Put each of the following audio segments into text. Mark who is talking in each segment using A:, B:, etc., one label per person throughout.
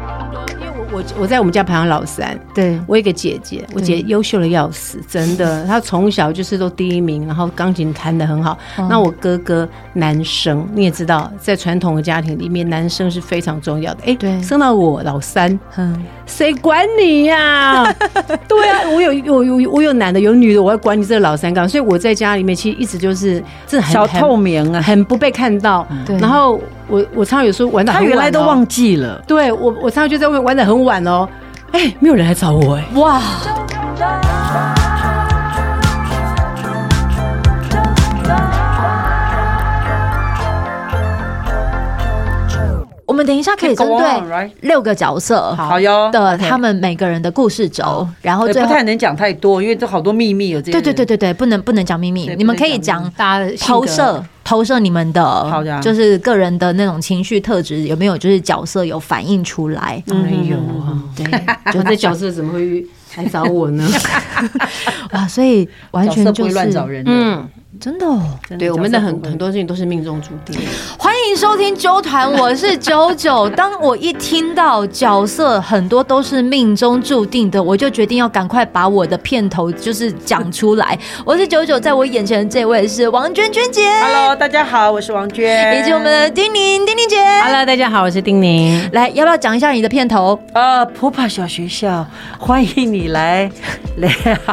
A: 了，因为我我我在我们家排行老三，
B: 对，
A: 我有一个姐姐，我姐优秀的要死，真的，她从小就是都第一名，然后钢琴弹得很好。
C: 哦
A: 那我哥哥男生，你也知道，在传统的家庭里面，男生是非常重要的。哎，
B: 对
A: 生到我老三，
B: 嗯，
A: 谁管你呀、 对啊，我有我有我有男的，有女的，我要管你这个老三干嘛？所以我在家里面其实一直就是这很
C: 小
A: 很
C: 透明啊，
A: 很不被看到。
B: 对
A: 然后我我常常有时候玩到
C: 他
A: 很晚
C: 原来都
A: 哦
C: 忘记了。
A: 对我，我常常就在外面玩的很晚哦。哎、没有人来找我哎、
B: 哇，我们等一下可以针
C: Go on, 啊 right?
B: 对六个角色
C: 好哟，
B: 的他们每个人的故事轴，然后
C: 也
B: 哦最
C: 不
B: 后
C: 太能讲太多，因为这好多秘密有这些
B: 对
C: 人。
B: 对对对对，不能不能讲秘密
C: 对，
B: 你们
C: 不
B: 可
C: 能
B: 以
C: 讲秘
B: 讲
A: 大家的性格
B: 投射投射你们
C: 好的
B: 的
C: 啊，
B: 就是个人的那种情绪特质有没有就是角色有反映出来？
C: 嗯
A: 当然有啊，
B: 对，
A: 就这角色怎么会来找我 呢？
B: 哇，所以完
C: 角
B: 全
C: 色不
B: 就
C: 会
B: 是
C: 乱找人的。
A: 嗯，
B: 真的哦。
C: 真
A: 对，我们的很
C: 角色不会
A: 很多事情都是命中注定。
B: 欢迎收听纠团，我是 九九。当我一听到角色很多都是命中注定的，我就决定要赶快把我的片头就是讲出来。我是九九，在我眼前的这位是王娟娟姐，
C: Hello，大家好，我是王娟，
B: 以及我们的丁宁丁宁姐。
A: Hello，大家好，我是丁宁。
B: 来，要不要讲一下你的片头？
C: 呃普帕小学校，欢迎你来 来。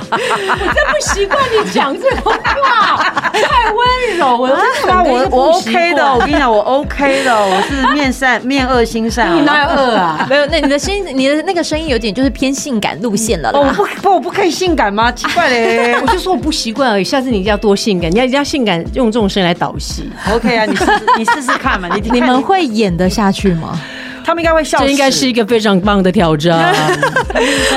A: 不习惯你讲这种话，太温柔了。
C: 那我我 OK 的，我跟你讲，我 OK 的，我是面善面恶心善。
A: 你哪
C: 好
A: 有饿啊？
B: 没有，那你的声音，你的那个声音有点就是偏性感路线了
C: 不好哦，我
B: 啦。
C: 不不，我不可以性感吗？奇怪 嘞。
A: 哎我就说我不习惯而已，下次你一定要多性感，你要你要性感用这种声音来导戏，
C: OK 啊，你试试你试试看嘛，你
B: 你们会演得下去吗？
C: 他们应该会笑死。
A: 这应该是一个非常棒的挑战。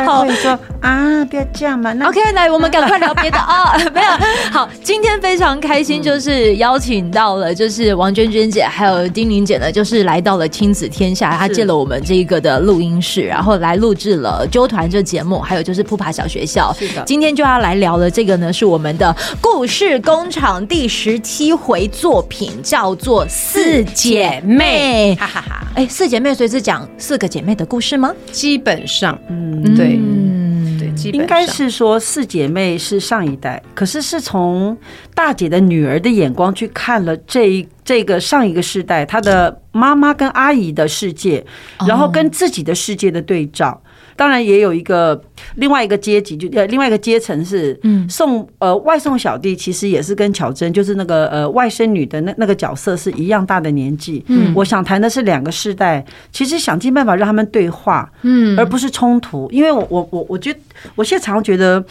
C: 好，你说啊，不要这样嘛。那
B: OK，来，我们赶快聊别的啊、 没有，好，今天非常开心，就是邀请到了，就是王娟娟姐还有丁玲姐呢，就是来到了亲子天下，她借了我们这个的录音室，然后来录制了纠团这节目，还有就是普爬小学校。
C: 是的
B: 今天就要来聊的这个呢，是我们的故事工厂第十七回作品，叫做《四姐妹》。
C: 哈哈哈，
B: 哎，四姐妹，所以是讲四个姐妹的故事吗？
A: 基本上，嗯，对
B: 嗯，
A: 对，基本上
C: 应该是说四姐妹是上一代，可是是从大姐的女儿的眼光去看了这一这个上一个世代她的妈妈跟阿姨的世界，然
A: 哦
C: 后跟自己的世界的对照。当然也有一个另外一个阶级，就呃另外一个阶层是，
B: 嗯
C: 送呃外送小弟其实也是跟巧珍，就是那个呃外甥女的那那个角色是一样大的年纪。
B: 嗯
C: 我想谈的是两个世代，其实想尽办法让他们对话，
B: 嗯
C: 而不是冲突。因为我我我我觉得我现在常觉得。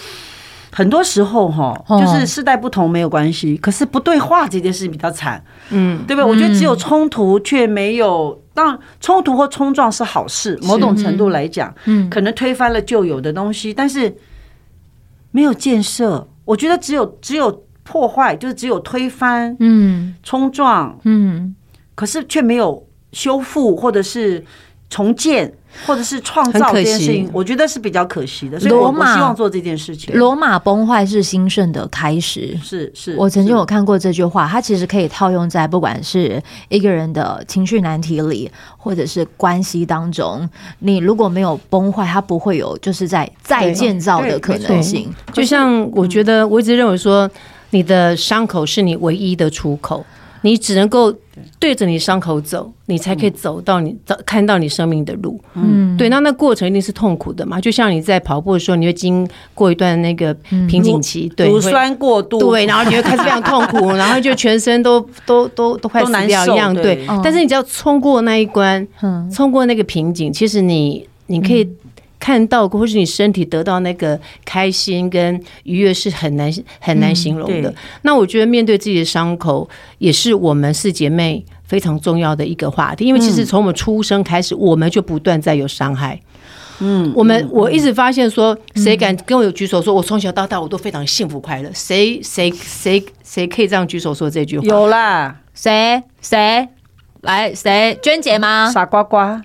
C: 很多时候哈，
B: 哦
C: 就是世代不同没有关系，可是不对话这件事比较惨，
A: 嗯，
C: 对不对？我觉得只有冲突却没有，当然冲突或冲撞是好事，某种程度来讲，
B: 嗯
C: 可能推翻了旧有的东西，但是没有建设。我觉得只有只有破坏，就是只有推翻、
B: 嗯
C: 冲撞，
B: 嗯，
C: 可是却没有修复或者是重建或者是创
A: 很
C: 造
A: 可
C: 这件
A: 惜
C: 事情，我觉得是比较可惜的。所以我
B: 罗
C: 我
B: 马
C: 希望做这件事情。
B: 罗马崩坏是兴盛的开始。
C: 是是，
B: 我曾经
C: 是
B: 有看过这句话，它其实可以套用在不管是一个人的情绪难题里，或者是关系当中。你如果没有崩坏，它不会有就是在再建造的可能性。
A: 就像我觉
B: 嗯
A: 得，我一直认为说，你的伤口是你唯一的出口，你只能够对着你伤口走，你才可以走到你找看到你生命的路。
B: 嗯，
A: 对，那那过程一定是痛苦的嘛。就像你在跑步的时候，你会经过一段那个
B: 嗯
A: 瓶颈期，对，
C: 乳
A: 你会
C: 酸过度，
A: 对，然后你会开始非常痛苦，然后就全身都都都都快
C: 都难
A: 死掉
C: 受
A: 一样，
C: 对
A: 对
B: 嗯。
A: 但是你只要冲过那一关，
B: 嗯
A: 冲过那个瓶颈，其实你你可
C: 嗯
A: 以看到，或是你身体得到那个开心跟愉悦是很难很难形容的。
C: 嗯对
A: 那我觉得面对自己的伤口，也是我们四姐妹非常重要的一个话题，因为其
C: 嗯
A: 实从我们出生开始，我们就不断在有伤害。嗯，我们我一直发现说，
C: 嗯
A: 谁敢跟我有举手说，我从小到大我都非常幸福快乐，谁谁谁谁可以这样举手说这句话？
C: 有啦，
B: 谁谁来，谁？娟姐吗？
C: 傻瓜瓜，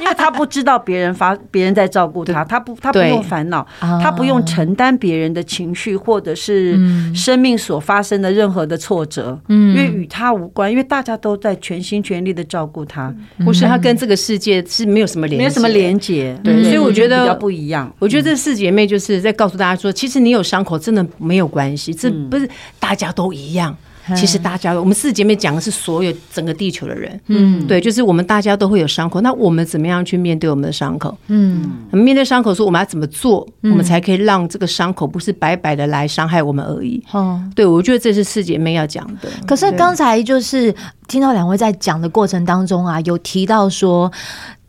C: 因为他不知道别人发别人在照顾他，他不他不
A: 对
C: 用烦恼，
B: 啊
C: 他不用承担别人的情绪或者是生命所发生的任何的挫折，嗯，因为与他无关，因为大家都在全心全力的照顾他，
A: 或是他跟这个世界是没有什么联，
C: 嗯没有什么。连结，嗯
A: 对所以我觉得
C: 比较不一样。
A: 我觉得这四姐妹就是在告诉大家说，其实你有伤口真的没有关系，这不是大家都一样。其实大家，我们四姐妹讲的是所有整个地球的人，嗯，对，就是我们大家都会有伤口，那我们怎么样去面对我们的伤口？
B: 嗯，
A: 我们面对伤口的时候，我们要怎么做，我们才可以让这个伤口不是白白的来伤害我们而已？
B: 哦。
C: 嗯
A: 对，我觉得这是四姐妹要讲的。
B: 可是刚才就是听到两位在讲的过程当中啊，有提到说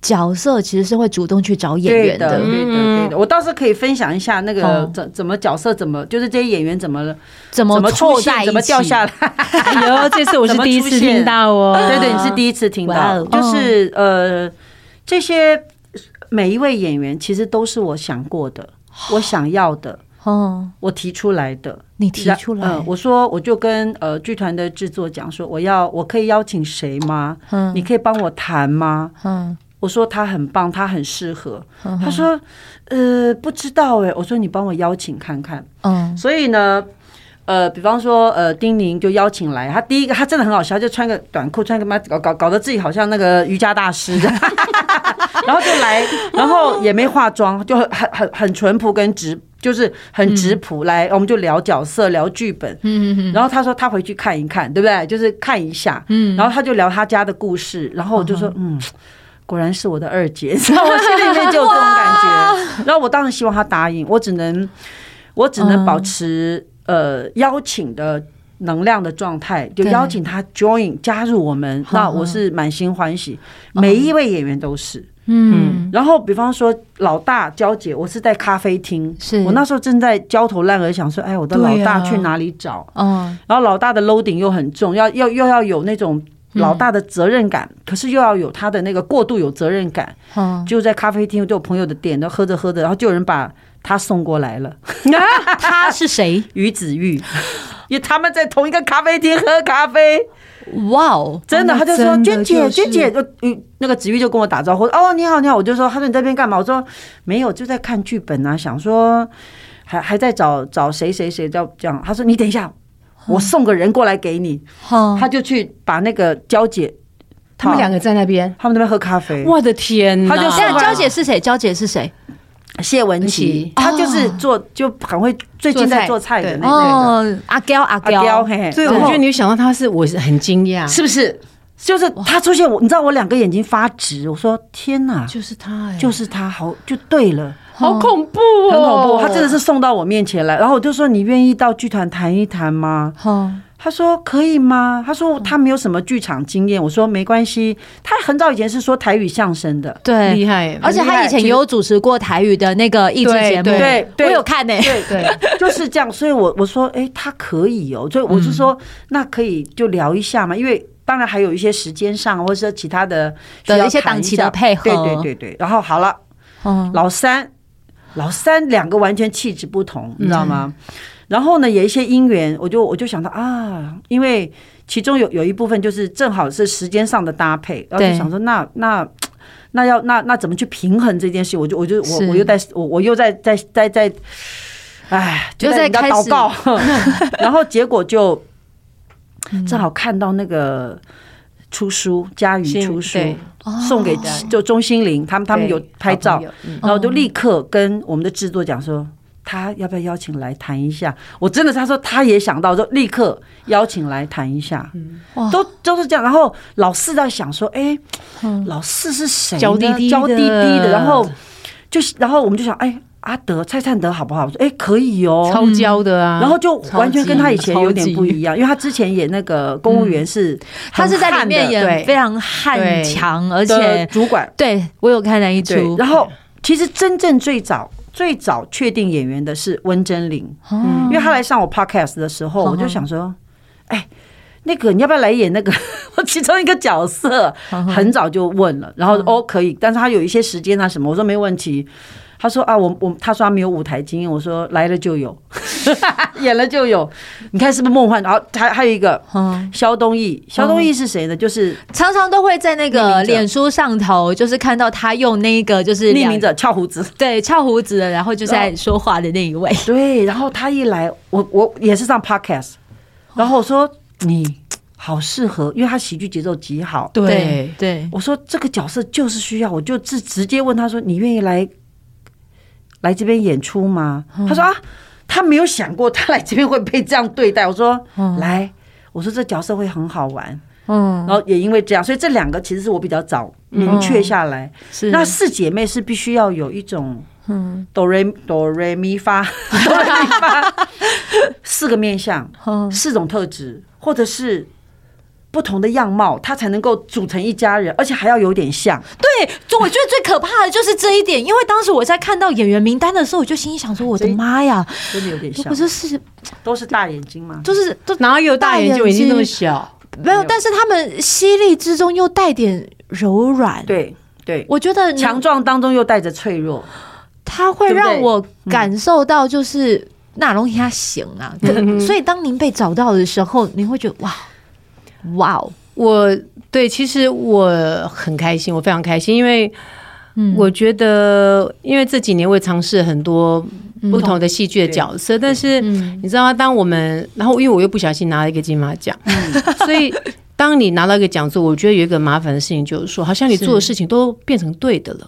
B: 角色其实是会主动去找演
C: 对
B: 员
C: 的，
B: 的。嗯
C: 对的，对的。我倒是可以分享一下那个
B: 哦
C: 怎怎么角色怎么，就是这些演员怎么了，
B: 怎么
C: 怎么出
B: 凑在一起
C: 现，怎么掉下来。
A: 哎呦，这次我是第一次听到哦。
C: 对对，你是第一次听
B: 哇
C: 到，
B: 哦
C: 就是呃，这些呃每一位演员其实都是我想过的，我想要的，
B: 哦，
C: 我提出来的。
B: 你提出来，
C: 嗯，我说我就跟呃剧团的制作讲说，我要我可以邀请谁吗？
B: 嗯
C: 你可以帮我谈吗？
B: 嗯
C: 我说他很棒，他很适合。他说呃不知道哎、我说你帮我邀请看看。
B: 嗯
C: 所以呢，呃，比方说，呃，丁宁就邀请来，他第一个他真的很好笑，就穿个短裤，穿个妈搞搞搞得自己好像那个瑜伽大师 的，然后就来，然后也没化妆，就很很很很淳朴跟直。就是很直朴，来，我们就聊角色，聊剧本。嗯然后他说他回去看一看，对不对？就是看一下。嗯。然后他就聊他家的故事，然后我就说，嗯，果然是我的二姐，然后我心里面就有这种感 觉。然后我当然希望他答应，我只能我只
B: 嗯
C: 能保持、呃邀请的能量的状态，就
B: 对
C: 邀请他 join 加入我们。
B: 好嗯
C: 那
B: 好
C: 我是满心欢喜，每一位演员都是。
B: 嗯，
C: 然后，比方说老大娇姐，我是在咖啡厅，
B: 是
C: 我那时候正在焦头烂额，想说，哎，我的老
B: 对
C: 大
B: 啊
C: 去哪里找？
B: 哦，
C: 然后老大的 loading 又很重，要要又要有那种老大的责任感，
A: 嗯
C: 可是又要有他的那个过度有责任感。
B: 嗯，
C: 就在咖啡厅，就我朋友的店，然后喝着喝着，然后就有人把他送过来了。
B: 他是谁？
C: 于子玉， 因为他们在同一个咖啡厅喝咖啡，
B: 哇哦，
C: 真的，
A: 哦
C: 他就说
A: 真的
C: 娟姐，
A: 就是
C: 娟姐，就嗯，那个子玉就跟我打招呼，哦，你好，你好，我就说，他说你在这边干嘛？我说哦没有，就在看剧本啊，想说还还在找找谁谁谁叫这样，他说你等一下，
A: 嗯
C: 我送个人过来给你，
A: 哦
B: 好，
C: 他就去把那个娇姐，
A: 他们两
C: 个
A: 个在那边，
C: 他们那边喝咖啡，
A: 我的天哪！
C: 他就
B: 现
C: 是
B: 在娇姐是谁？娇姐是谁？
C: 谢文
A: 琪哦
C: 琪，她就是做就很会，最近在
A: 做
C: 做菜
A: 菜
C: 的那那个啊
B: 哦，阿娇，阿
C: 阿娇，
B: 娇，嗯
C: 嘿嘿，
A: 所以我
C: 然后
A: 觉得你想到他是，我是很惊讶，
C: 是不是？就是他出现，我你知道我两个眼睛发直，我说天哪，
A: 就是他，哎
C: 就是他，好就对了，
A: 好恐怖哦，
C: 很恐怖。他真的是送到我面前来，然后我就说你愿意到剧团谈一谈吗？
B: 哦，
C: 他说可以吗？他说他没有什么剧场经验，我说没关系。他很早以前是说台语相声的，
B: 对，
A: 厉害哎
B: 而且他以前也有主持过台语的那个益智节目，
A: 对
C: 对对
B: 我有看呢、
C: 对对， 就是这样。所以我我说，哎、他可以哦、所以我是说，
B: 嗯
C: 那可以就聊一下嘛，因为。当然还有一些时间上，或者说其他的需要
B: 的一些
C: 谈
B: 档期
C: 下
B: 的配合
C: 对对对对。然后好了，
B: 嗯，
C: 老三，老三两个完全气质不同，
B: 嗯
C: 你知道吗？然后呢，有一些因缘，我就我就想到啊，因为其中有有一部分就是正好是时间上的搭配，然后就
B: 对
C: 想说那那。那要那那怎么去平衡这件事？我就我就我
B: 是
C: 我又在我我又在在在在，哎，
B: 又在
C: 人家
B: 开
C: 祷
B: 始
C: 告， 然后结果就
B: 嗯
C: 正好看到那个出书佳瑜
A: 心
C: 出书
A: 对
B: 哦
C: 送给
A: 佳瑜
C: 就钟心凌他们他们有
A: 对
C: 拍
A: 好
C: 照
A: 朋，友嗯
C: 然后我就立刻跟我们的制作讲说，他要不要邀请来谈一下？我真的是他说他也想到，就立刻邀请来谈一下，
B: 哇
C: 都都是这样。然后老四在想说，哎
B: 嗯，
C: 老四是谁呢？
A: 娇滴滴的
C: 娇滴滴的。然后就是，然后我们就想，哎，阿德蔡灿德好不好？我说，哎，可以哦。
A: 超娇的啊，
C: 然后就完全跟他以前有
A: 超
C: 点
A: 级
C: 不一样，因为他之前演那个公务员是，
B: 他是在里面
A: 很悍
B: 演
A: 的
B: 非常悍强，而
C: 而且
B: 且
C: 主管
B: 对我有看那一
C: 对，
B: 出，
C: 然后其实真正最早最早确定演员的是温真菱，因为她来上我 podcast 的时候，
B: 嗯
C: 我就想说，哎。那个你要不要来演那个 我其中一个角
B: 嗯
C: 色？很早就问了，然后哦可以，但是他有一些时间啊什么，我说没问题。他说啊，我我他说他没有舞台经验，我说来了就有， 演了就有。你看是不是梦幻？然后还还有一个
B: 嗯，
C: 肖东义，肖东义是谁呢？就是
B: 常常都会在那
C: 匿
B: 个
C: 名者
B: 脸书上头，就是看到他用那个就是
C: 匿
B: 两
C: 名者翘胡子。
B: 对翘胡子的，然后就在说话的那一位。
C: 对，然后他一来，我我也是上 podcast，然后我说你好适合，因为他喜剧节奏极好。
A: 对
B: 对，
C: 我说这个角色就是需要，我就直直接问他说：“你愿意来来这边演出吗？”他说：“啊，他没有想过他来这边会被这样对待。”我说：“来，我说这角色会很好玩。”
B: 嗯，
C: 然后也因为这样，所以这两个其实是我比较早明确下来。
B: 是
C: 那四姐妹是必须要有一种
B: 嗯
C: 哆瑞哆瑞咪发哆瑞咪发四个面相，
B: 嗯
C: 四种特质，或者是不同的样貌，它才能够组成一家人，而且还要有点像。
B: 对，就我觉得最可怕的就是这一点，因为当时我在看到演员名单的时候，我就心里想说：“我的妈呀，
C: 真的有点
B: 如
C: 像
B: 果，这是
C: 都是大眼睛嘛。
B: 就是都
A: 哪有大眼睛我眼睛那么小？
B: 没有，但是他们犀利之中又带点柔软。，
C: 对对，
B: 我觉得能
C: 强壮当中又带着脆弱，
B: 它会
C: 对不对
B: 让我感受到就是那容易他行啊。
A: 嗯
B: 可所以当您被找到的时候，您会觉得哇哇哦，
A: 我对，其实我很开心，我非常开心，因为
B: 嗯
A: 我觉得，因为这几年我也尝试很多不同的戏剧的角色，但是
B: 嗯
A: 你知道吗？当我们，然后因为我又不小心拿了一个金马奖， 所以当你拿到一个奖座，我觉得有一个麻烦的事情，就是说，好像你
B: 是
A: 做的事情都变成对的了。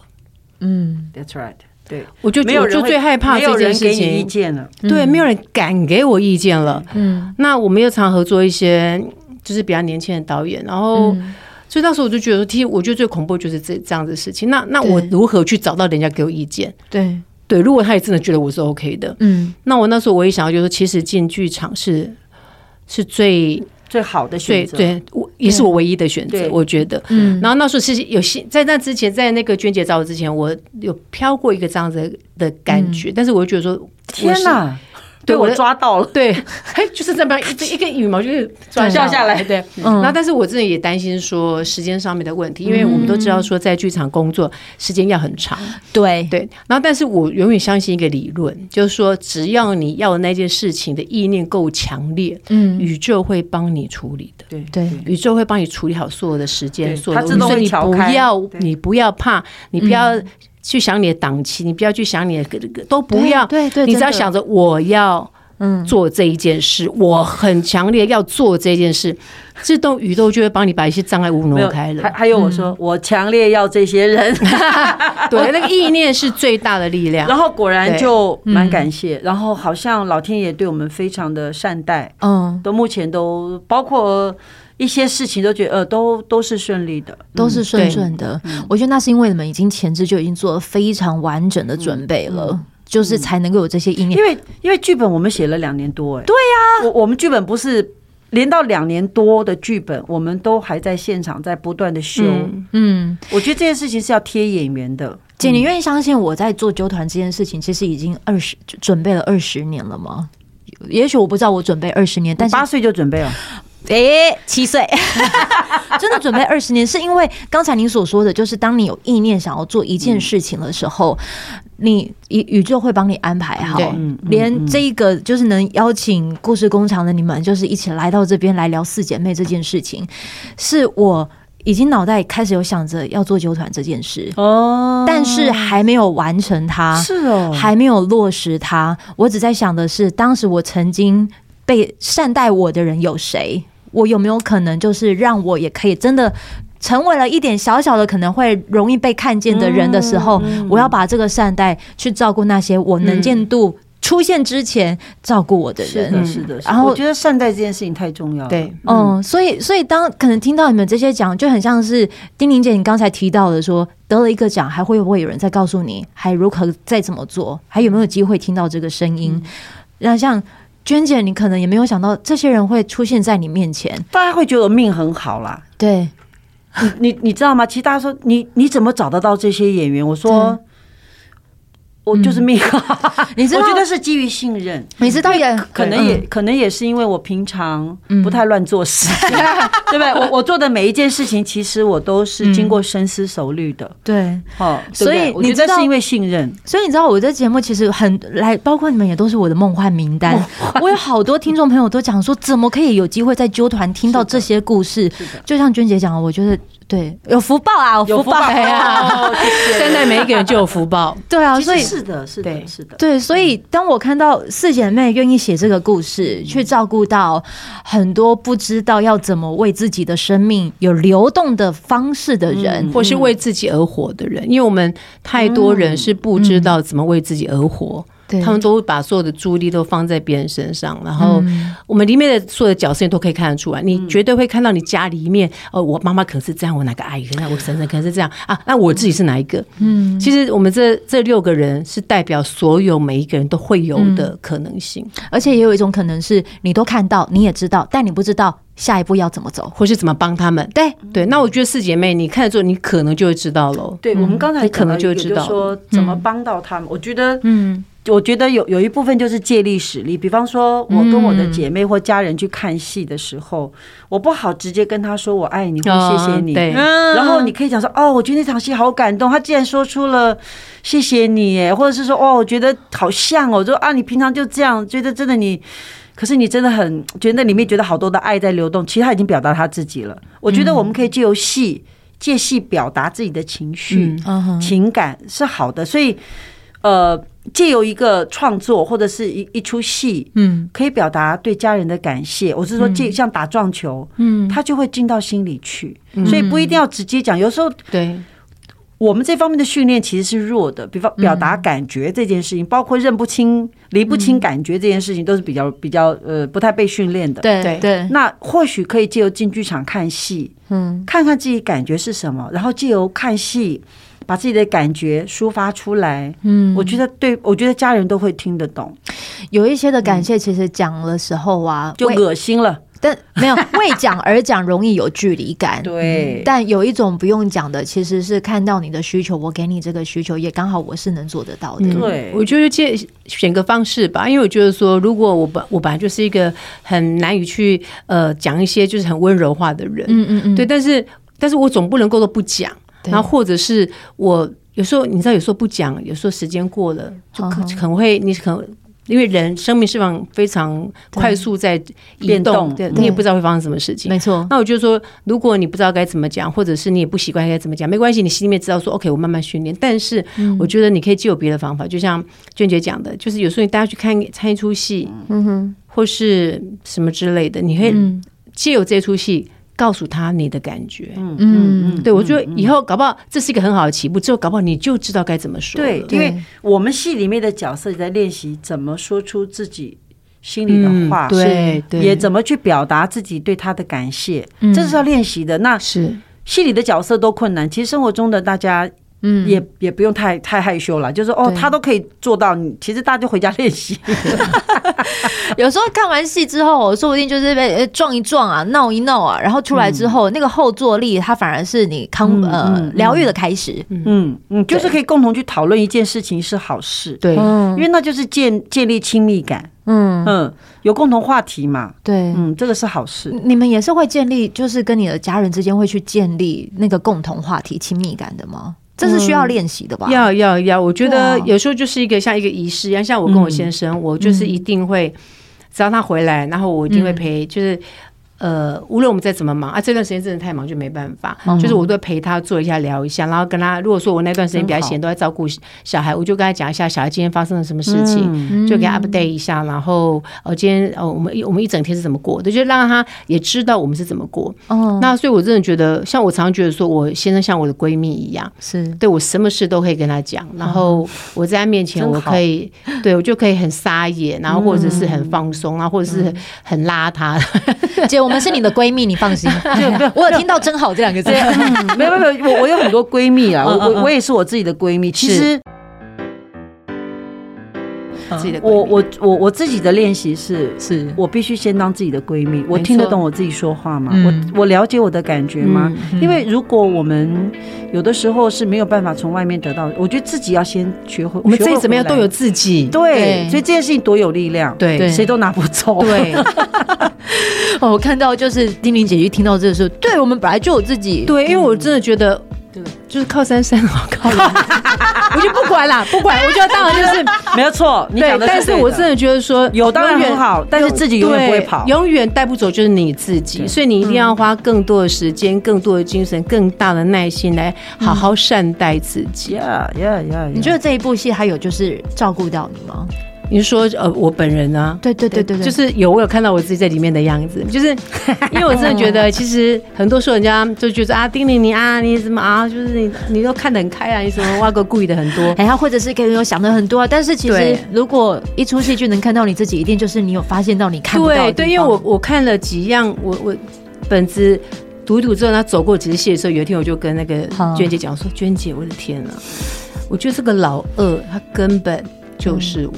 B: 嗯
C: That's right。对，
A: 我就
C: 没有
A: 我
C: 人
A: 就
C: 会
A: 最害怕
C: 没有
A: 这件
C: 人
A: 事
C: 给你意
A: 情，
C: 见嗯了。
A: 对，没有人敢给我意见了。
B: 嗯
A: 那我们又常合作一些就是比较年轻的导演，然后。
C: 嗯
A: 所以那时候我就觉得说，其实我觉得最恐怖的就是这这样的事情。那那我
B: 对
A: 如何去找到人家给我意见？
B: 对
A: 对，如果他也真的觉得我是 OK 的，
B: 嗯
A: 那我那时候我也想要就是说，其实进剧场是是最
C: 最好的
A: 最
C: 选择，嗯
A: 对，我也是我唯一的选择
C: 对，
A: 我觉得。
B: 嗯
A: 然后那时候其实有些在那之前，在那个娟姐找我之前，我有飘过一个这样子的感
B: 嗯
A: 觉，但是我就觉得说，
C: 天
A: 哪，
C: 哪，
A: 对
C: 被
A: 我
C: 我
A: 的
C: 抓到了，
A: 对， 哎，就是这么样一只一根羽毛就是
B: 对
C: 掉下来。对，
A: 然后，
B: 嗯，
A: 但是我自己也担心说时间上面的问题，因为我们都知道说在剧场工作时间要很长，
B: 嗯对
A: 对。然后，但是我永远相信一个理论，就是说只要你要的那件事情的意念够强烈，
B: 嗯
A: 宇宙会帮你处理的。
C: 对
B: 对
A: 宇宙会帮你处理好所有的时间，
C: 对
A: 所有的
C: 它
A: 问题，
C: 自动
A: 所以
C: 会
A: 你
C: 调
A: 不
C: 开
A: 要，
C: 对嗯
A: 你不要怕，你不要去想你的档期，你不要去想你的都不要，
B: 对对，
A: 你只要
B: 真的
A: 想着我要
B: 嗯
A: 做这一件事，我很强烈要做这件事，自动宇宙就会帮你把一些障碍物
C: 没
A: 挪
C: 有
A: 开
C: 还
A: 了。嗯
C: 还有我说，我强烈要这些人，
A: 对，那个意念是最大的力量。
C: 然后果然
A: 对
C: 就蛮感谢，然后好像老天爷对我们非常的善待，
B: 嗯
C: 到目前都包括一些事情都觉得呃都都是顺利的，
B: 都是顺顺的。
A: 嗯
B: 我觉得那是因为你们已经前置就已经做了非常完整的准备
A: 嗯
B: 了，就是才能够有这些意念
C: 因。为因为剧本我们写了两年多、哎，对呀、我我们剧本不是连到两年多的剧本，我们都还在现场在不断的修，
A: 嗯，
B: 嗯，
C: 我觉得这件事情是要贴演员的，
B: 姐，你愿意相信我在做纠团这件事情，其实已经二十准备了二十年了吗？也许我不知道我准备二十年，但是
C: 八岁就准备了，
B: 诶七 岁，真的准备二十年，是因为刚才您所说的，就是当你有意念想要做一件事情的时候，你宇宇宙会帮你安排好
A: 对。
C: 嗯，嗯
B: 连这一个就是能邀请故事工厂的你们，就是一起来到这边来聊四姐妹这件事情，是我已经脑袋开始有想着要做纠团这件事，
C: 哦，
B: 但是还没有完成它。
C: 是哦，
B: 还没有落实它。我只在想的是，当时我曾经被善待我的人有谁？我有没有可能就是让我也可以真的成为了一点小小的可能会容易被看见的人的时候，
C: 嗯
B: 我要把这个善待去照顾那些我能见度出现之前照顾我的
C: 是
B: 人。
C: 的，是的，是的
B: 然后
C: 我觉得善待这件事情太重要了，
A: 对，
B: 嗯，所以所以当可能听到你们这些讲，就很像是丁玲姐你刚才提到的说，得了一个奖，还会不会有人在告诉你还如何再怎么做，还有没有机会听到这个声音？
C: 嗯
B: 那像娟姐，你可能也没有想到这些人会出现在你面前，
C: 大家会觉得我命很好啦。
B: 对，
C: 你你你知道吗？其实大家说你你怎么找得到这些演员？我说。我就是命。
B: 你知道
C: 我觉得是基于信任，
B: 你知道也
C: 可能也、
B: 嗯
C: 可能也是因为我平常不太乱做 事，对不对？我我做的每一件事情，其实我都是经过深思熟虑的。
B: 对。
C: 嗯哦，对不
B: 所以
C: 对我
B: 你
C: 觉得
B: 知道
C: 是因为信任，
B: 所以你知道我在节目其实很来，包括你们也都是我的梦幻名单。我有好多听众朋友都讲说，怎么可以有机会在纠团听到这些故事？就像娟姐讲的，我觉得对有福报啊，有
C: 有
B: 福
C: 福
B: 报
C: 报
B: 哎呀，
A: 哦善待每一个人就有福报。
B: 对啊，
C: 其
B: 所
C: 实
B: 以
C: 是的，是
A: 对
C: 的，是的。
B: 对，所以当我看到四姐妹愿意写这个故事，去照顾到很多不知道要怎么为自己的生命有流动的方式的
C: 嗯
B: 人，
A: 或是为自己而活的人，因为我们太多人是不
C: 嗯
A: 知道怎么为自己而活，
B: 对
A: 他们都会把所有的注意力都放在别人身上，然后我们里面的所有的角色你都可以看得出来，你绝对会看到你家里面，哦，我妈妈可能是这样，我哪个阿姨可能这样，我婶婶可能是这样啊，那我自己是哪一个？嗯，其实我们这这六个人是代表所有每一个人都会有的可能性，
B: 而且也有一种可能是你都看到，你也知道，但你不知道下一步要怎么走。
A: 或是怎么帮他们。
B: 对，
A: 对，那我觉得四姐妹，你看了之后，你可能就会知道喽。
C: 对，我们刚才
A: 你可能
C: 讲到
A: 就
C: 一
A: 知
C: 个
A: 道
C: 嗯就是嗯说怎么帮到他们。我觉得，
B: 嗯，
C: 我觉得有有一部分就是借力使力。比方说，我跟我的姐妹或家人去看戏的时候，我不好直接跟她说我爱你或谢谢你
A: 嗯哦，对
C: 然后你可以讲说哦，我觉得那场戏好感动，她竟然说出了谢谢你耶，或者是说哦，我觉得好像哦，就啊，你平常就这样，觉得真的你。可是你真的很觉得那里面觉得好多的爱在流动，其实他已经表达他自己了。我
A: 嗯
C: 觉得我们可以借由戏，借戏表达自己的情绪。
A: 嗯
B: 嗯哼，
C: 情感是好的，所以呃，借由一个创作或者是一一出戏，
B: 嗯
C: 可以表达对家人的感谢。我是说，借像打撞球，
B: 嗯，
C: 他就会进到心里去，所以不一定要直接讲。有时候
A: 对，
C: 我们这方面的训练其实是弱的，比方
B: 嗯
C: 表达感觉这件事情，包括认不清、理不
B: 嗯
C: 清感觉这件事情，都是比较比较呃不太被训练的。
B: 对
A: 对
B: 对，
C: 那或许可以借由进剧场看戏，
B: 嗯
C: 看看自己感觉是什么，然后借由看戏把自己的感觉抒发出来。
B: 嗯，
C: 我觉得对，我觉得家人都会听得懂，
B: 有一些的感谢，其实讲的时候啊，
C: 就
B: 为
C: 恶心了。
B: 但 没有为讲而讲，容易有距离感。嗯
C: 对
B: 但有一种不用讲的，其实是看到你的需求，我给你这个需求，也刚好我是能做得到的。
A: 嗯
C: 对
A: 我觉得借选个方式吧，因为我觉得说，如果我本我本来就是一个很难以去呃讲一些就是很温柔话的人，
B: 嗯嗯嗯，
A: 对，但是但是我总不能够都不讲，
B: 对
A: 然后或者是我有时候你知道，有时候不讲，有时候时间过了就可
B: 嗯哼
A: 可能会你可能。因为人生命是非常非常快速在移
C: 变
A: 动，
C: 动
A: 对
B: 对
A: 你也不知道会发生什么事情。
B: 嗯没错，
A: 那我就说，如果你不知道该怎么讲，或者是你也不习惯该怎么讲，没关系，你心里面知道说，OK，我慢慢训练。但是
B: 嗯
A: 我觉得你可以借有别的方法，就像娟姐讲的，就是有时候你大家去看看一出戏
B: 嗯哼，
A: 或是什么之类的，你可以
B: 嗯
A: 借由这出戏告诉他你的感觉。
B: 嗯
A: 对，我觉得以后搞不好这是一个很好的起步，之后搞不好你就知道该怎么说了。
C: 对，因为我们戏里面的角色也在练习怎么说出自己心里的
B: 嗯
C: 话，
A: 嗯对对，
C: 也怎么去表达自己对他的感谢，
B: 嗯
C: 这是要练习的。那
A: 是
C: 戏里的角色都困难，其实生活中的大家。
B: 嗯
C: 也也不用太太害羞了，就是哦
B: 对，
C: 他都可以做到。你其实大家就回家练习，
B: 有时候看完戏之后，哦说不定就是被呃撞一撞啊，闹一闹啊，然后出来之后，那个后坐力，它反而是你康呃疗愈的开始。
C: 嗯嗯，就是可以共同去讨论一件事情是好事，
A: 对，
C: 因为那就是建建立亲密感，
B: 嗯，
C: 嗯，有共同话题嘛，
B: 对。
C: 嗯，这个是好事。
B: 你们也是会建立，就是跟你的家人之间会去建立那个共同话题、亲密感的吗？这是需要练习的吧？
A: 要要要，我觉得
B: 对啊
A: 有时候就是一个像一个仪式一样，像我跟我先生，我就是一定会，只要他回来，然后我一定会陪，就是。呃，无论我们再怎么忙啊，这段时间真的太忙，就没办法。就是我都会陪他坐一下聊一下，然后跟他，如果说我那段时间比较闲，都在照顾小孩，我就跟他讲一下小孩今天发生了什么事情，就给他 update 一下。然后呃，今天呃，我们一我们一整天是怎么过的，就让他也知道我们是怎么过。
B: 哦，
A: 那所以我真的觉得，像我常常觉得说，我先生像我的闺蜜一样，
B: 是
A: 对我什么事都可以跟他讲，然后我在他面前
C: 哦真
A: 我
C: 好嗯
A: 可以，对我就可以很撒野，然后或者是很放松，然后或者是很邋遢，
B: 姐，我们是你的闺蜜，你放 心。我有听到“真好”这两个字。
C: 嗯 没有没有没有，我我有很多
A: 嗯
C: 闺蜜啊，我我我也是我自己的闺蜜。其实
A: 自己的闺蜜
C: 我我我我自己的练习是，
B: 是
C: 我必须先当自己的闺蜜。我
A: 没
C: 听得
A: 错
C: 懂我自己说话吗？
B: 嗯
C: 我我了解我的感觉吗？
B: 嗯
C: 因为如果我们有的时候是没有办法从外面得到，我觉得自己要先学会。
A: 我们
C: 学
A: 再
C: 会
A: 怎么样
C: 回来
A: 都有自己，
C: 对，
B: 对
C: 所以这件事情多有力量，
A: 对
C: 谁都拿不走。
A: 对，
B: 哦，我看到就是丁玲姐一听到这个时候，对我们本来就有自己，
A: 对，因为我真的觉得，
B: 对，
A: 就是靠山山好靠人， 我就不管啦，不管，我就当然就是
C: 没有错，你
A: 对
C: 讲，的
A: 但是
C: 对
A: 我
C: 的
A: 真的觉得说，
C: 有当然
A: 永远
C: 很好，但是自己永远不会
A: 对
C: 跑。嗯
A: 永远带不走就是你自己，所以你一定要花更多的时间、更多的精神、更大的耐心来好
C: 嗯
A: 好善待自己。啊
C: Yeah, yeah, yeah, yeah。
B: 你觉得这一部戏还有就是照顾到你吗？
A: 你说呃，我本人啊，
B: 对对对对对，。
A: 就是有我有看到我自己在里面的样子，就是因为我真的觉 得，其实很多时候人家就觉得啊，丁玲你啊，你怎么啊，就是你你都看得很开啊，你什么挖个故意的很多
B: 哎呀，或者是可能有想的很多啊，但是其实
A: 对
B: 如果一出戏就能看到你自己，一定就是你有发现到你看不到的
A: 对
B: 地方
A: 对，因为我我看了几样，我我本子。读一读之后，他走过几次戏的时候，有一天我就跟那个
B: 好
A: 娟姐讲说：“娟姐，我的天啊，我觉得这个老二他根本就是我。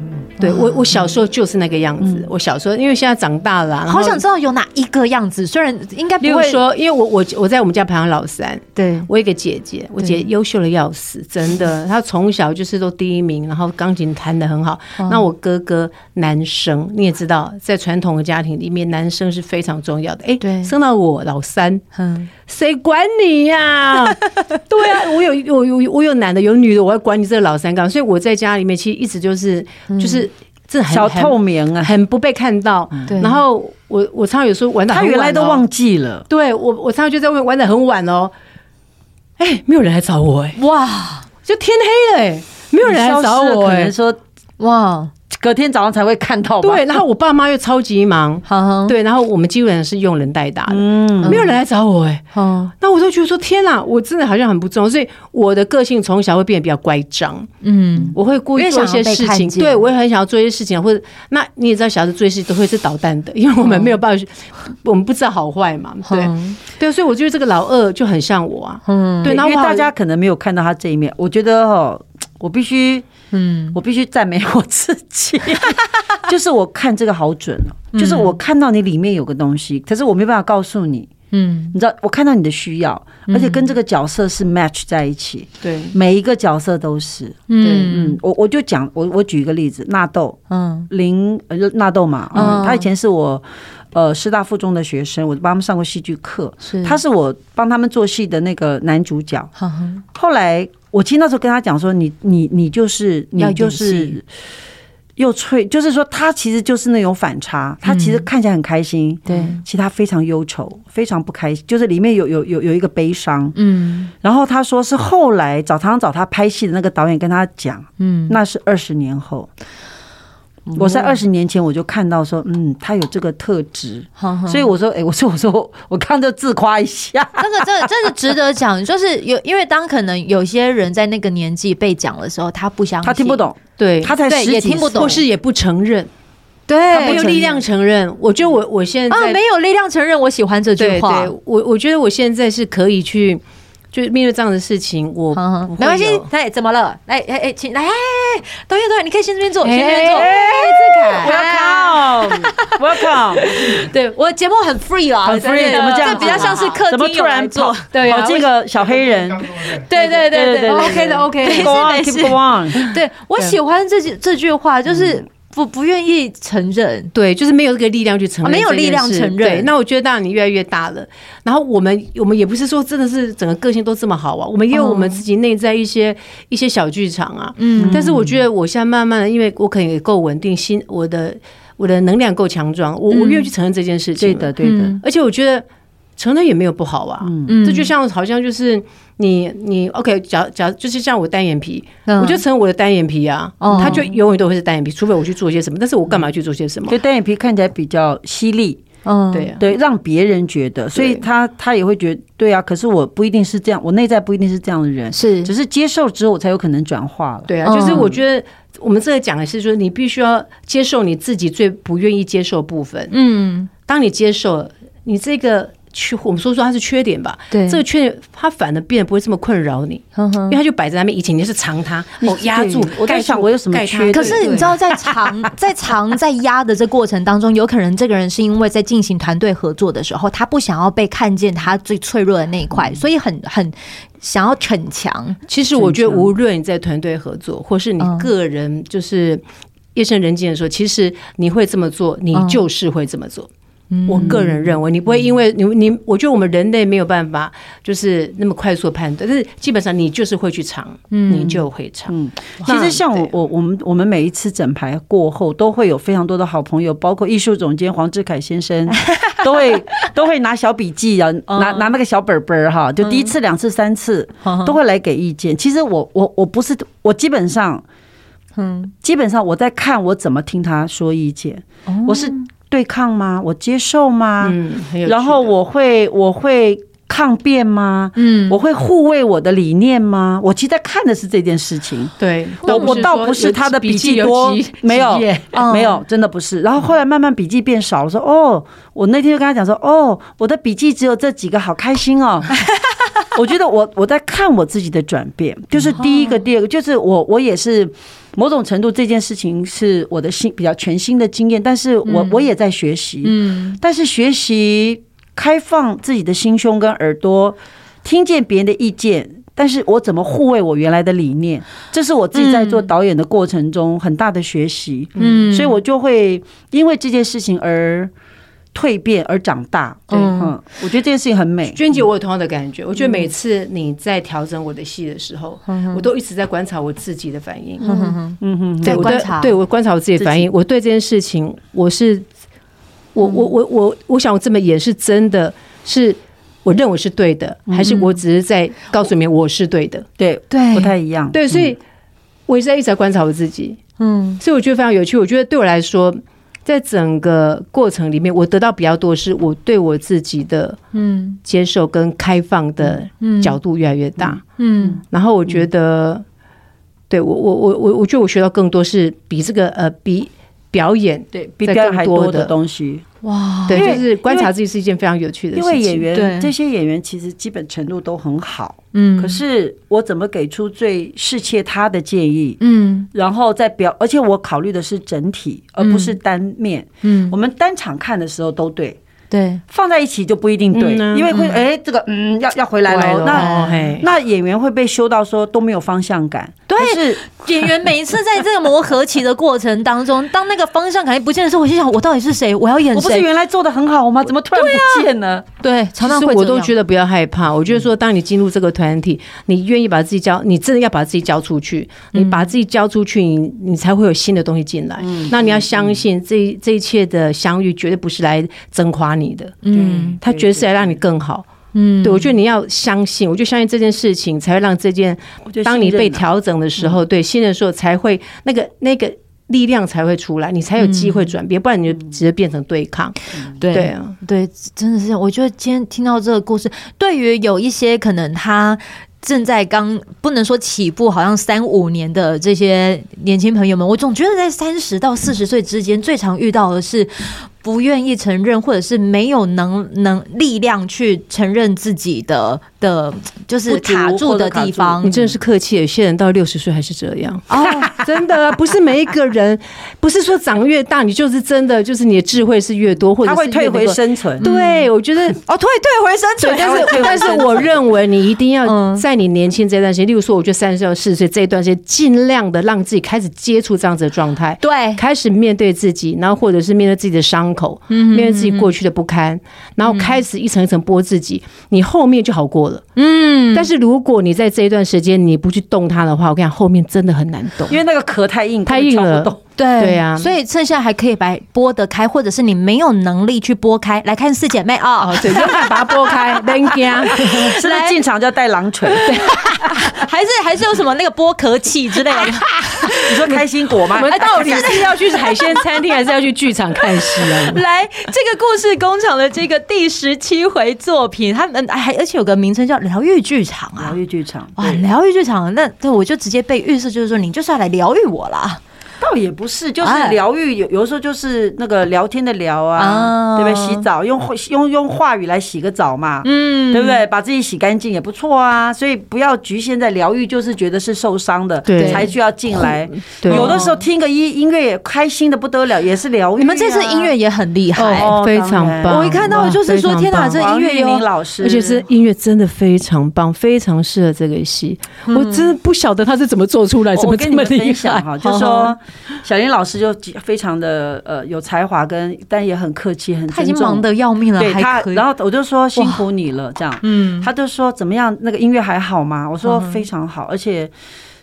B: 嗯
A: 对我，我小时候就是那个样子。我小时候，因为现在长大了啊，然后
B: 好想知道有哪一个样子，虽然应该不
A: 例如
B: 会
A: 说，因为我我我在我们家排行老三，
B: 对
A: 我有一个姐姐，我姐优秀的要死，真 的，她从小就是都第一名，然后钢琴弹得很好。
C: 哦
A: 那我哥哥男生，你也知道，在传统的家庭里面，男生是非常重要的。哎、
B: 对
A: 生到我老三，
B: 嗯
A: 谁管你呀、 对啊，我有我有我有男的有女的，我要管你这个老三干嘛？所以我在家里面其实一直就是就是这很
C: 嗯小
A: 很
C: 透明啊，
A: 很不被看到。
B: 对
A: 然后我我常常有时候玩到
C: 他
A: 很晚
C: 原来都
A: 哦
C: 忘记了。
A: 对我，我常常就在外面玩的很晚哦。哎、没有人来找我哎、
B: 哇
A: 就天黑了哎、没有人来找我
C: 可
A: 哎、
C: 能说
B: 哇，
C: 隔天早上才会看到吧。
A: 对，然后我爸妈又超级忙，
B: 好好
A: 对，然后我们基本上是用人带大的，
C: 嗯，
A: 没有人来找我哎、
B: 好
A: 那我就觉得说天哪，我真的好像很不重要，所以我的个性从小会变得比较乖张，
B: 嗯
A: 我会故意做一些
B: 越
A: 事
B: 想要被看
A: 情，
B: 见
A: 对我也很想要做一些事情，或者那你也知道，小孩子做一些事情都会是捣蛋的，因为我们没有办法去，我们不知道好坏嘛，对
B: 嗯
A: 对，所以我觉得这个老二就很像我啊，
B: 嗯
A: 对，
C: 因
A: 然后
C: 为
A: 我好
C: 大家可能没有看到他这一面。我觉得哦，我必须，
B: 嗯
C: 我必须赞美我自 己，就是我看这个好准哦，就是我看到你里面有个东西，可是我没办法告诉你，
B: 嗯
C: 你知道，我看到你的需要，而且跟这个角色是 match 在一起，
A: 对。
C: 每一个角色都是。
B: 嗯
C: 嗯，我我就讲，我我举一个例子，纳豆，
B: 嗯
C: 林呃纳豆嘛，
B: 嗯
C: 嗯，他以前是我呃师大附中的学生，我帮他们上过戏剧课，
B: 是
C: 他是我帮他们做戏的那个男主角。
B: 好好
C: 后来我其实那时候跟他讲说，你你你就是
B: 要
C: 你
B: 演
C: 就是
B: 戏
C: 又脆，就是说他其实就是那种反差，他其实看起来很开心，
B: 嗯对
C: 其实他非常忧愁，非常不开心，就是里面有有有有一个悲伤。
B: 嗯
C: 然后他说是后来找常常找他拍戏的那个导演跟他讲，
B: 嗯哦
C: 那是二十年后。我在二十年前我就看到说，嗯，他有这个特质，
B: 好好
C: 所以我说，哎，我说，我说， 我刚就自夸一下，
B: 这个这这是值得讲，就是有因为当可能有些人在那个年纪被讲的时候，他不相信，
C: 他听不，懂，
A: 对，
C: 他才
B: 对
C: 十
B: 也
C: 几
B: 听不
C: 岁，
B: 懂
A: 或是也不承认，他
B: 对
A: 没有力量承认。我觉得我我现在
B: 啊，没有力量承认我喜欢这句
A: 对对，
B: 话。
A: 我我觉得我现在是可以去，就面对这样的事情，我
B: 嗯哼
A: 不会
B: 没关系
A: 有，
B: 哎，怎么了？来，哎哎，请来，哎哎，哎导演导演，你可以先这边坐，
A: 哎
B: 先这边坐，
A: 哎
B: 哎，志凯，
C: Welcome，Welcome，
B: 对我的节目很 free 啦，
C: 很
B: 对对
C: free，怎么这样
B: 这比较像是客
C: 怎么
B: 厅
C: 突
B: 有来
C: 然
B: 坐
C: 跑，
B: 对啊
C: 跑进个小黑人
B: 对对对
C: 对
B: 对
C: 对对对
B: ，OK 的 OK，
C: ，Go
B: 没
C: on，
B: 事
C: keep
B: 没
C: go
B: 事，
C: on，
B: 对我喜欢这句这句话，就是
C: 嗯
B: 不不愿意承认，
A: 对，就是没有这个力量去承认
B: 啊没
A: 这件
B: 有
A: 事，
B: 力量承认
A: 对，那我觉得当然你越来越大了，然后我们我们也不是说真的是整个个性都这么好啊，我们也有
B: 嗯
A: 我们自己内在一些、一些小剧场啊。
B: 嗯
A: 但是我觉得我现在慢慢的，因为我可能也够稳定，心我的我的能量够强壮，我我愿意去承认这件事情
C: 对
A: 了。
C: 的，对的，
B: 嗯
A: 而且我觉得承认也没有不好啊。
B: 嗯
A: 这就像好像就是你你 OK，假假就是像我单眼皮，
B: 嗯
A: 我就承认我的单眼皮啊，
B: 哦
A: 它就永远都会是单眼皮，除非我去做些什么。但是我干嘛去做些什么
C: 就？单眼皮看起来比较犀利，
B: 嗯
A: 对，啊，
C: 嗯对，让别人觉得，所以他他也会觉得，对啊，可是我不一定是这样，我内在不一定是这样的人，
B: 是
C: 只是接受之后我才有可能转化了。
A: 对啊，
B: 嗯
A: 就是我觉得我们这个讲的是说，你必须要接受你自己最不愿意接受的部分。
B: 嗯
A: 当你接受了你这个缺，我们说说它是缺点吧。
B: 对
A: 这个缺点它反而变得不会这么困扰你，
B: 嗯
A: 因
B: 哼
A: 为它就摆在那边。以前你是藏它，哦压住
C: 嗯对，我在
A: 盖
C: 想
A: 住
C: 我有什么
A: 盖它
C: 缺点
B: 可是你知道，在藏、 在藏、在压的这过程当中，有可能这个人是因为在进行团队合作的时候，他不想要被看见他最脆弱的那一
C: 嗯
B: 块，所以很很想要逞强。
A: 其实我觉得，无论你在团队合作，或是你
B: 嗯
A: 个人，就是夜深人静的时候，其实你会这么做，你
B: 嗯
A: 就是会这么做。
C: 嗯
A: 我个人认为，你不会因为你你，我觉得我们人类没有办法就是那么快速地判断，但是基本上你就是会去尝，你就会尝。
C: 嗯，其实像我我我们我们每一次整排过后，都会有非常多的好朋友，包括艺术总监黄志凯 先生，都会都会拿小笔记啊，拿
A: 嗯
C: 拿那个小本本儿哈，就第一次、两次、三次都会来给意见。其实我我我不是我基本上
B: 嗯，
C: 基本上我在看我怎么听他说意见，我是对抗吗？我接受吗？
A: 哦嗯，很有趣的
C: 啊然后我会我会抗辩吗？
B: 嗯，
C: 我会护卫我的理念吗？我其实在看的是这件事情。
A: 对，
C: 我我倒不是他的笔记多，没有
B: 嗯
C: 没有，真的不是。然后后来慢慢笔记变少了，说哦，我那天就跟他讲说，哦，我的笔记只有这几个，好开心哦。 我觉得我我在看我自己的转变，就是第一个，第二个，就是我我也是某种程度这件事情是我的新比较全新的经验，但是我我也在学习，
B: 嗯，
C: 但是学习开放自己的心胸跟耳朵，听见别人的意见，但是我怎么护卫我原来的理念，这是我自己在做
A: 嗯
C: 导演的过程中很大的学习。
B: 嗯
C: 所以我就会因为这件事情而蜕变而长大。
A: 对
C: 嗯，我觉得这件事情很美。
A: 娟姐，我有同样的感觉。我
C: 嗯
A: 觉得每次你在调整我的戏的时候，我都一直在观察我自己的反应。
C: 嗯哼，
A: 对，
B: 在
A: 我
B: 观
A: 对
B: 察
A: 对我观察我自己的反应，我对这件事情，我是我
B: 嗯
A: 我我我我想我这么演是真的是我认为是对的，
B: 嗯
A: 还是我只是在告诉你们我是对的？
C: 对，
B: 对
C: 不太一样。
A: 哎
C: 嗯
A: 对，所以我也在一直在观察我自己，
B: 嗯
A: 所以我觉得非常有趣。我觉得对我来说，在整个过程里面，我得到比较多的是我对我自己的
B: 嗯
A: 接受跟开放的
B: 嗯
A: 角度越来越大。
B: 嗯
A: 然后我觉得，
C: 嗯
A: 对我我我我我觉得我学到更多是比这个呃比表演
C: 对比
A: 再
C: 表演
A: 更
C: 还
A: 多
C: 多的
A: 的
C: 东西，
B: 哇
A: 对，
C: 因为
A: 就是观察自己是一件非常有趣的事
C: 因
A: 情。
C: 为演
B: 对
C: 员这些演员其实基本程度都很好，
B: 嗯
C: 可是我怎么给出最适切他的建议？
B: 嗯
C: 然后再表，而且我考虑的是整体，而不是单面。
B: 嗯
C: 我们单场看的时候都对，
B: 对
C: 放在一起就不一定对，
A: 嗯啊
C: 因为会哎、这个嗯要要回来
A: 乖
C: 了，
A: 咯
C: 那嗯
A: 哦嘿
C: 那演员会被修到说都没有方向感，
B: 对
C: 可是
B: 演员每一次在这个磨合期的过程当中，当那个方向感觉不见的时候，我心想我到底是谁？我要演
C: 我不是
B: 谁？
C: 原来做的很好吗？怎么突然不见了？
B: 对，
A: 其
B: 常常
A: 实
B: 会
A: 我
B: 这
A: 都
B: 样
A: 觉得不要害怕，我觉得说，
C: 嗯
A: 当你进入这个团体，你愿意把自己交，你真的要把自己交出去，
C: 嗯
A: 你把自己交出去，你你才会有新的东西进来。
C: 嗯
A: 那你要相信，这一这一切的相遇绝对不是来整垮你的，
B: 嗯
A: 他绝对是来让你更好。
B: 嗯
A: 对，我觉得你要相信，我就相信这件事情才会让这件
C: 我觉得
A: 当你被
C: 信任啊
A: 调整的时候，对信任的时候，才会那个那个力量才会出来，你才有机会转
C: 嗯
A: 变，不然你就直接变成对抗。
B: 对
A: 对啊，
B: 对，真的是这样。我觉得今天听到这个故事，对于有一些可能他正在刚不能说起步，好像三五年的这些年轻朋友们，我总觉得在三十到四十岁之间，最常遇到的是不愿意承认，或者是没有能能力量去承认自己的的，就是
C: 不足
B: 卡住
C: 或者
B: 的
C: 卡
B: 地
C: 住
B: 方
A: 你。真的是客气，有些人到六十岁还是这样。
B: 哦，
A: 真的啊，不是每一个人，不是说长越大你就是真的，就是你的智慧是越多，或者
C: 他
A: 是
C: 会退回嗯
A: 越能够。
C: 生存。
A: 对，我觉得
B: 哦，退退 回
A: 对，
B: 生
A: 但
C: 还
A: 是
C: 会退回
A: 但
C: 生
A: 是
C: 存
A: 我认为你一定要
B: 嗯
A: 在你年轻这段时间，例如说，我觉得三十到四十岁这一段时间，尽量的让自己开始接触这样子的状态，
B: 对，
A: 开始面对自己，然后或者是面对自己的伤口，
B: 嗯
A: 面对自己过去的不堪，然后开始一层一层剥自己，你后面就好过了。
B: 嗯，
A: 但是如果你在这一段时间你不去动它的话，我跟你讲，后面真的很难动
C: 因。为那个壳太硬，
A: 太硬
C: 根本
A: 了
C: 敲不动。
B: 对
A: 对啊
B: 所以趁现在还可以把剥得开，或者是你没有能力去剥开，来看四姐妹啊，
A: 哦，对，就把它剥开， 扔家。
C: 是不是进场就要带狼唇？
B: 还是还是有什么那个剥壳器之类 的，
C: 你说开心果吗哎
A: 我？们到底是要去海鲜餐厅，还是要去剧场看戏啊？
B: 来这个故事工厂的这个第十七回作品，他们还而且有个名称叫疗愈剧场啊
C: 疗。愈剧场，
B: 哇，
C: 对
B: 疗愈剧场，那对我就直接被预设，就是说你就是要来疗愈我啦。
C: 倒也不是，就是
B: 哎
C: 疗愈，有有的时候就是那个聊天的聊
B: 啊哦
C: 啊，对不对？洗澡用用用话语来洗个澡嘛，嗯，对不对？把自己洗干净也不错啊，所以不要局限在疗愈，就是觉得是受伤的
A: 对
C: 才需要进来。
A: 对
C: 有的时候听个音音乐也开心的不得了，也是疗愈啊。
B: 你们这次音乐也很厉害，
C: 哦
A: 非常棒！
C: 当
B: 然我一看到
A: 哇
B: 就是说
A: 非常
B: 天哪
A: 棒
B: 这
C: 王
B: 音乐
C: 玉
B: 有
C: 玲老师，
A: 而且是音乐真的非常棒，非常适合这个戏。我真的不晓得他是怎么做出
B: 呃
A: 来，怎
C: 嗯哦我
A: 么
C: 跟
A: 这
C: 你
A: 么
C: 们
A: 厉
C: 分享
A: 害。
C: 哈，就说 小林老师就非常的呃有才华跟，但也很客气，很
B: 他已经
C: 尊重
B: 忙得要命了，
C: 对
B: 还
C: 他，
B: 可以
C: 然。后我就说辛苦你了，这样，
B: 嗯，
C: 他就说怎么样，那个音乐还好吗？我说非常好，而且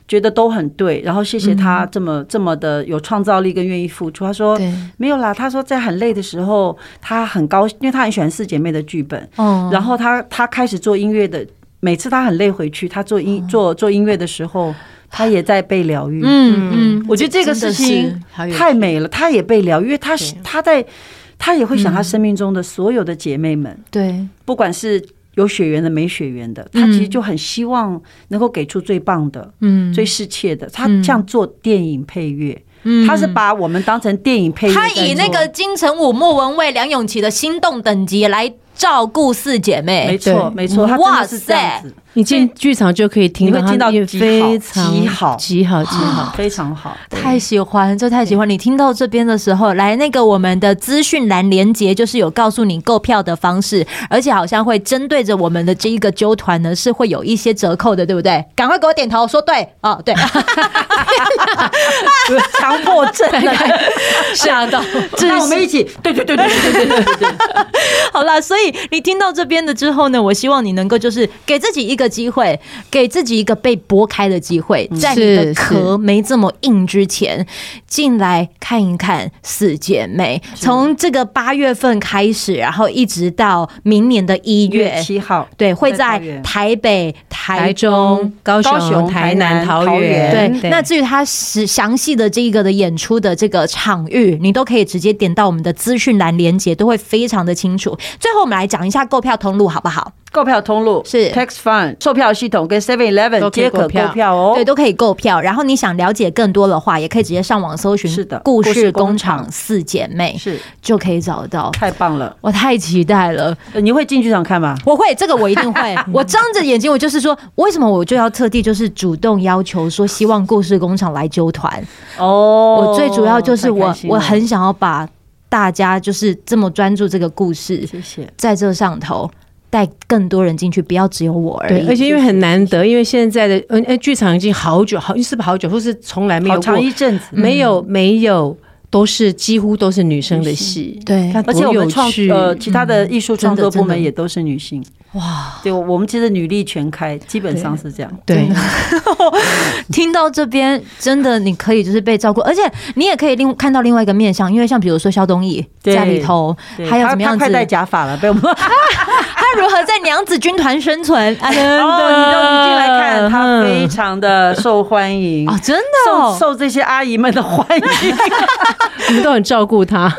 C: 觉得都很对，然后谢谢他这么这么的有创造力跟愿意付出。他说
B: 嗯对，嗯
C: 没有啦，他说在很累的时候，他很高，因为他很喜欢四姐妹的剧本，
B: 嗯，
C: 然后他他开始做音乐的，每次他很累回去，他做音做做音乐的时候，他也在被疗愈。
B: 哦嗯嗯，
C: 我觉得这个事
B: 真的
C: 情
B: 是
A: 好有趣
C: 太美了，他也被疗愈，因为他
A: 对
C: 他在他也会想他
B: 嗯
C: 生命中的所有的姐妹们，
B: 对，
C: 不管是有血缘的没血缘的，他
B: 嗯
C: 其实就很希望能够给出最棒的、
B: 嗯，
C: 最世切的。他
B: 嗯
C: 像做电影配乐，
B: 嗯
C: 他是把我们当成电影配乐在
B: 他
C: 做，
B: 以那个金城武、莫文蔚、梁咏琪的心动等级来照顾四姐
C: 没
B: 妹，
C: 错
A: 对
C: 没错，他真的是这样子，
A: 你进剧场就可以听到
C: 你会听到
A: 他音乐
C: 极好
A: 非常
C: 极好
A: 极好极
C: 嗯
B: 哦
A: 好。
C: 非 常好。
B: 太喜欢，这太喜欢！你听到这边的时候，来那个我们的资讯栏连接，就是有告诉你购票的方式，而且好像会针对着我们的这一个纠团呢，是会有一些折扣的，对不对？赶快给我点头，说对哦，对，
C: 强迫症的，
B: 吓 到。
C: 让我们一起，对对对对对对对对对。
B: 好啦，所以你听到这边的之后呢，我希望你能够就是给自己一个机会，给自己一个被剥开的机会，在你的
A: 是
B: 壳没这么硬之前，进来看一看四姐妹。从这个八月份开始，然后一直到明年的一
C: 一月
B: 月。
C: 七号，
B: 对，会
C: 在
B: 在
C: 桃园
B: 台北、台
A: 台
B: 中
A: 中、、高
C: 高雄
A: 雄、台
C: 台南
A: 南、
C: 桃
A: 桃
C: 园
A: 园，
B: 对，那至于它是详细的这一个的演出的这个场域，你都可以直接点到我们的资讯栏连接，都会非常的清楚。最后我们来讲一下购票通路好不好？
C: 购票通路
B: 是
C: Tax Fund 售票系统跟 Seven Eleven
A: 都可以
C: 皆可
A: 购票
C: 购票哦。
B: 对，都可以购票。然后你想了解更多的话，也可以直接上网搜寻“
C: 是的
B: 故
C: 故
B: 事
C: 事工
B: 工
C: 厂
B: 厂四姐妹
C: 是”
B: 就可以找到。
C: 太棒了！
B: 我太期待了！
C: 呃你会进剧场看吗？
B: 我会这个，我一定 会。我张着眼睛，我就是说，为什么我就要特地就是主动要求说，希望故事工厂来揪团？
C: 哦
B: 我最主要就是
C: 太
B: 我
C: 开心了
B: 我很想要把大家就是这么专注这个故事，
C: 谢谢。
B: 在这上头带更多人进去，不要只有我而
A: 对，
B: 已。
A: 而且因为很难得，因为现在的嗯，哎，剧场已经好久，好是不是好久，或是从来没
C: 好
A: 有过
C: 长一阵子，
A: 没有没有，都是几乎都是女生的戏，
B: 对
A: 看
C: 而且我
A: 多有
C: 们创
A: 趣。
C: 呃其他的艺术创
B: 嗯
C: 作
B: 真的真
C: 部
B: 的
C: 门也都是女性，
B: 哇，
C: 对，我我们其实女力全开，基本上是这样。
A: 对，
B: 听到这边真的你可以就是被照顾，而且你也可以另看到另外一个面向，因为像比如说肖东义
C: 对
B: 在里头，
C: 对
B: 还有
C: 她
B: 怎么
C: 她
B: 样子
C: 快，戴假发了，被我们 哦
B: 他如何在娘子军团生 存？啊真的
C: 哦，你都你进来看，她非常的受欢迎
B: 嗯哦，真的
C: 受
B: 哦。
C: 受这些阿姨们的欢 迎，
A: 我们都很照顾她。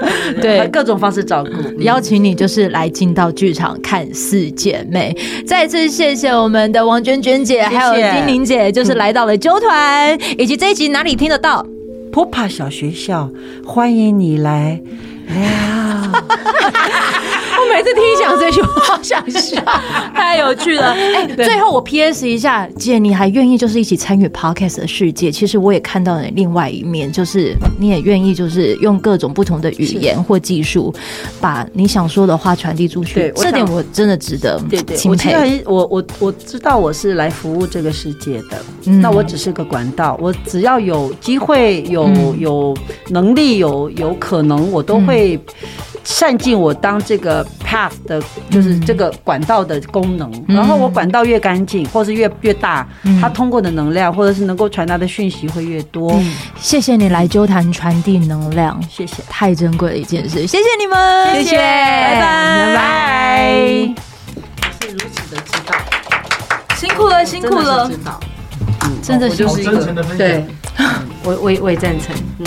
C: 对，各种方式照顾。
B: 邀请你就是来进到剧场看四姐妹。再次谢谢我们的王娟娟姐，还有丁玲姐，就是来到了纠团，以及这一集哪里听得到？
C: 普帕小学校欢迎你来。哎呀，
A: 我每次听你讲这句，我好想笑。
B: 太有趣了！哎、最后我 PS 一下，姐，你还愿意就是一起参与 Podcast 的世界？其实我也看到你另外一面，就是你也愿意就是用各种不同的语言或技术，把你想说的话传递出
C: 对
B: 去。
C: 我
B: 这点
C: 想
B: 我真的值得
C: 对对，
B: 钦
C: 我其
B: 佩
C: 实。很我我我知道我是来服务这个世界的，
B: 嗯
C: 那我只是个管道，我只要有机会、有
B: 嗯
C: 有能力、有有可能，我都会
B: 嗯
C: 善尽我当这个 path 的，
B: 嗯
C: 就是这个管道的功能。然后我管道越干净，或是越越大，
B: 嗯
C: 它通过的能量或者是能够传达的讯息会越多。
B: 嗯谢谢你来纠谈传递能量，
C: 谢谢，
B: 太珍贵的一件事，谢谢你们，
A: 谢谢
B: 拜拜，
A: 拜拜。
C: 是如此的知道，
B: 辛苦了，辛苦了，
C: 道，
B: 真的
C: 我就是一个
D: 好真诚的分享。
A: 我我也我也赞成。
C: 嗯。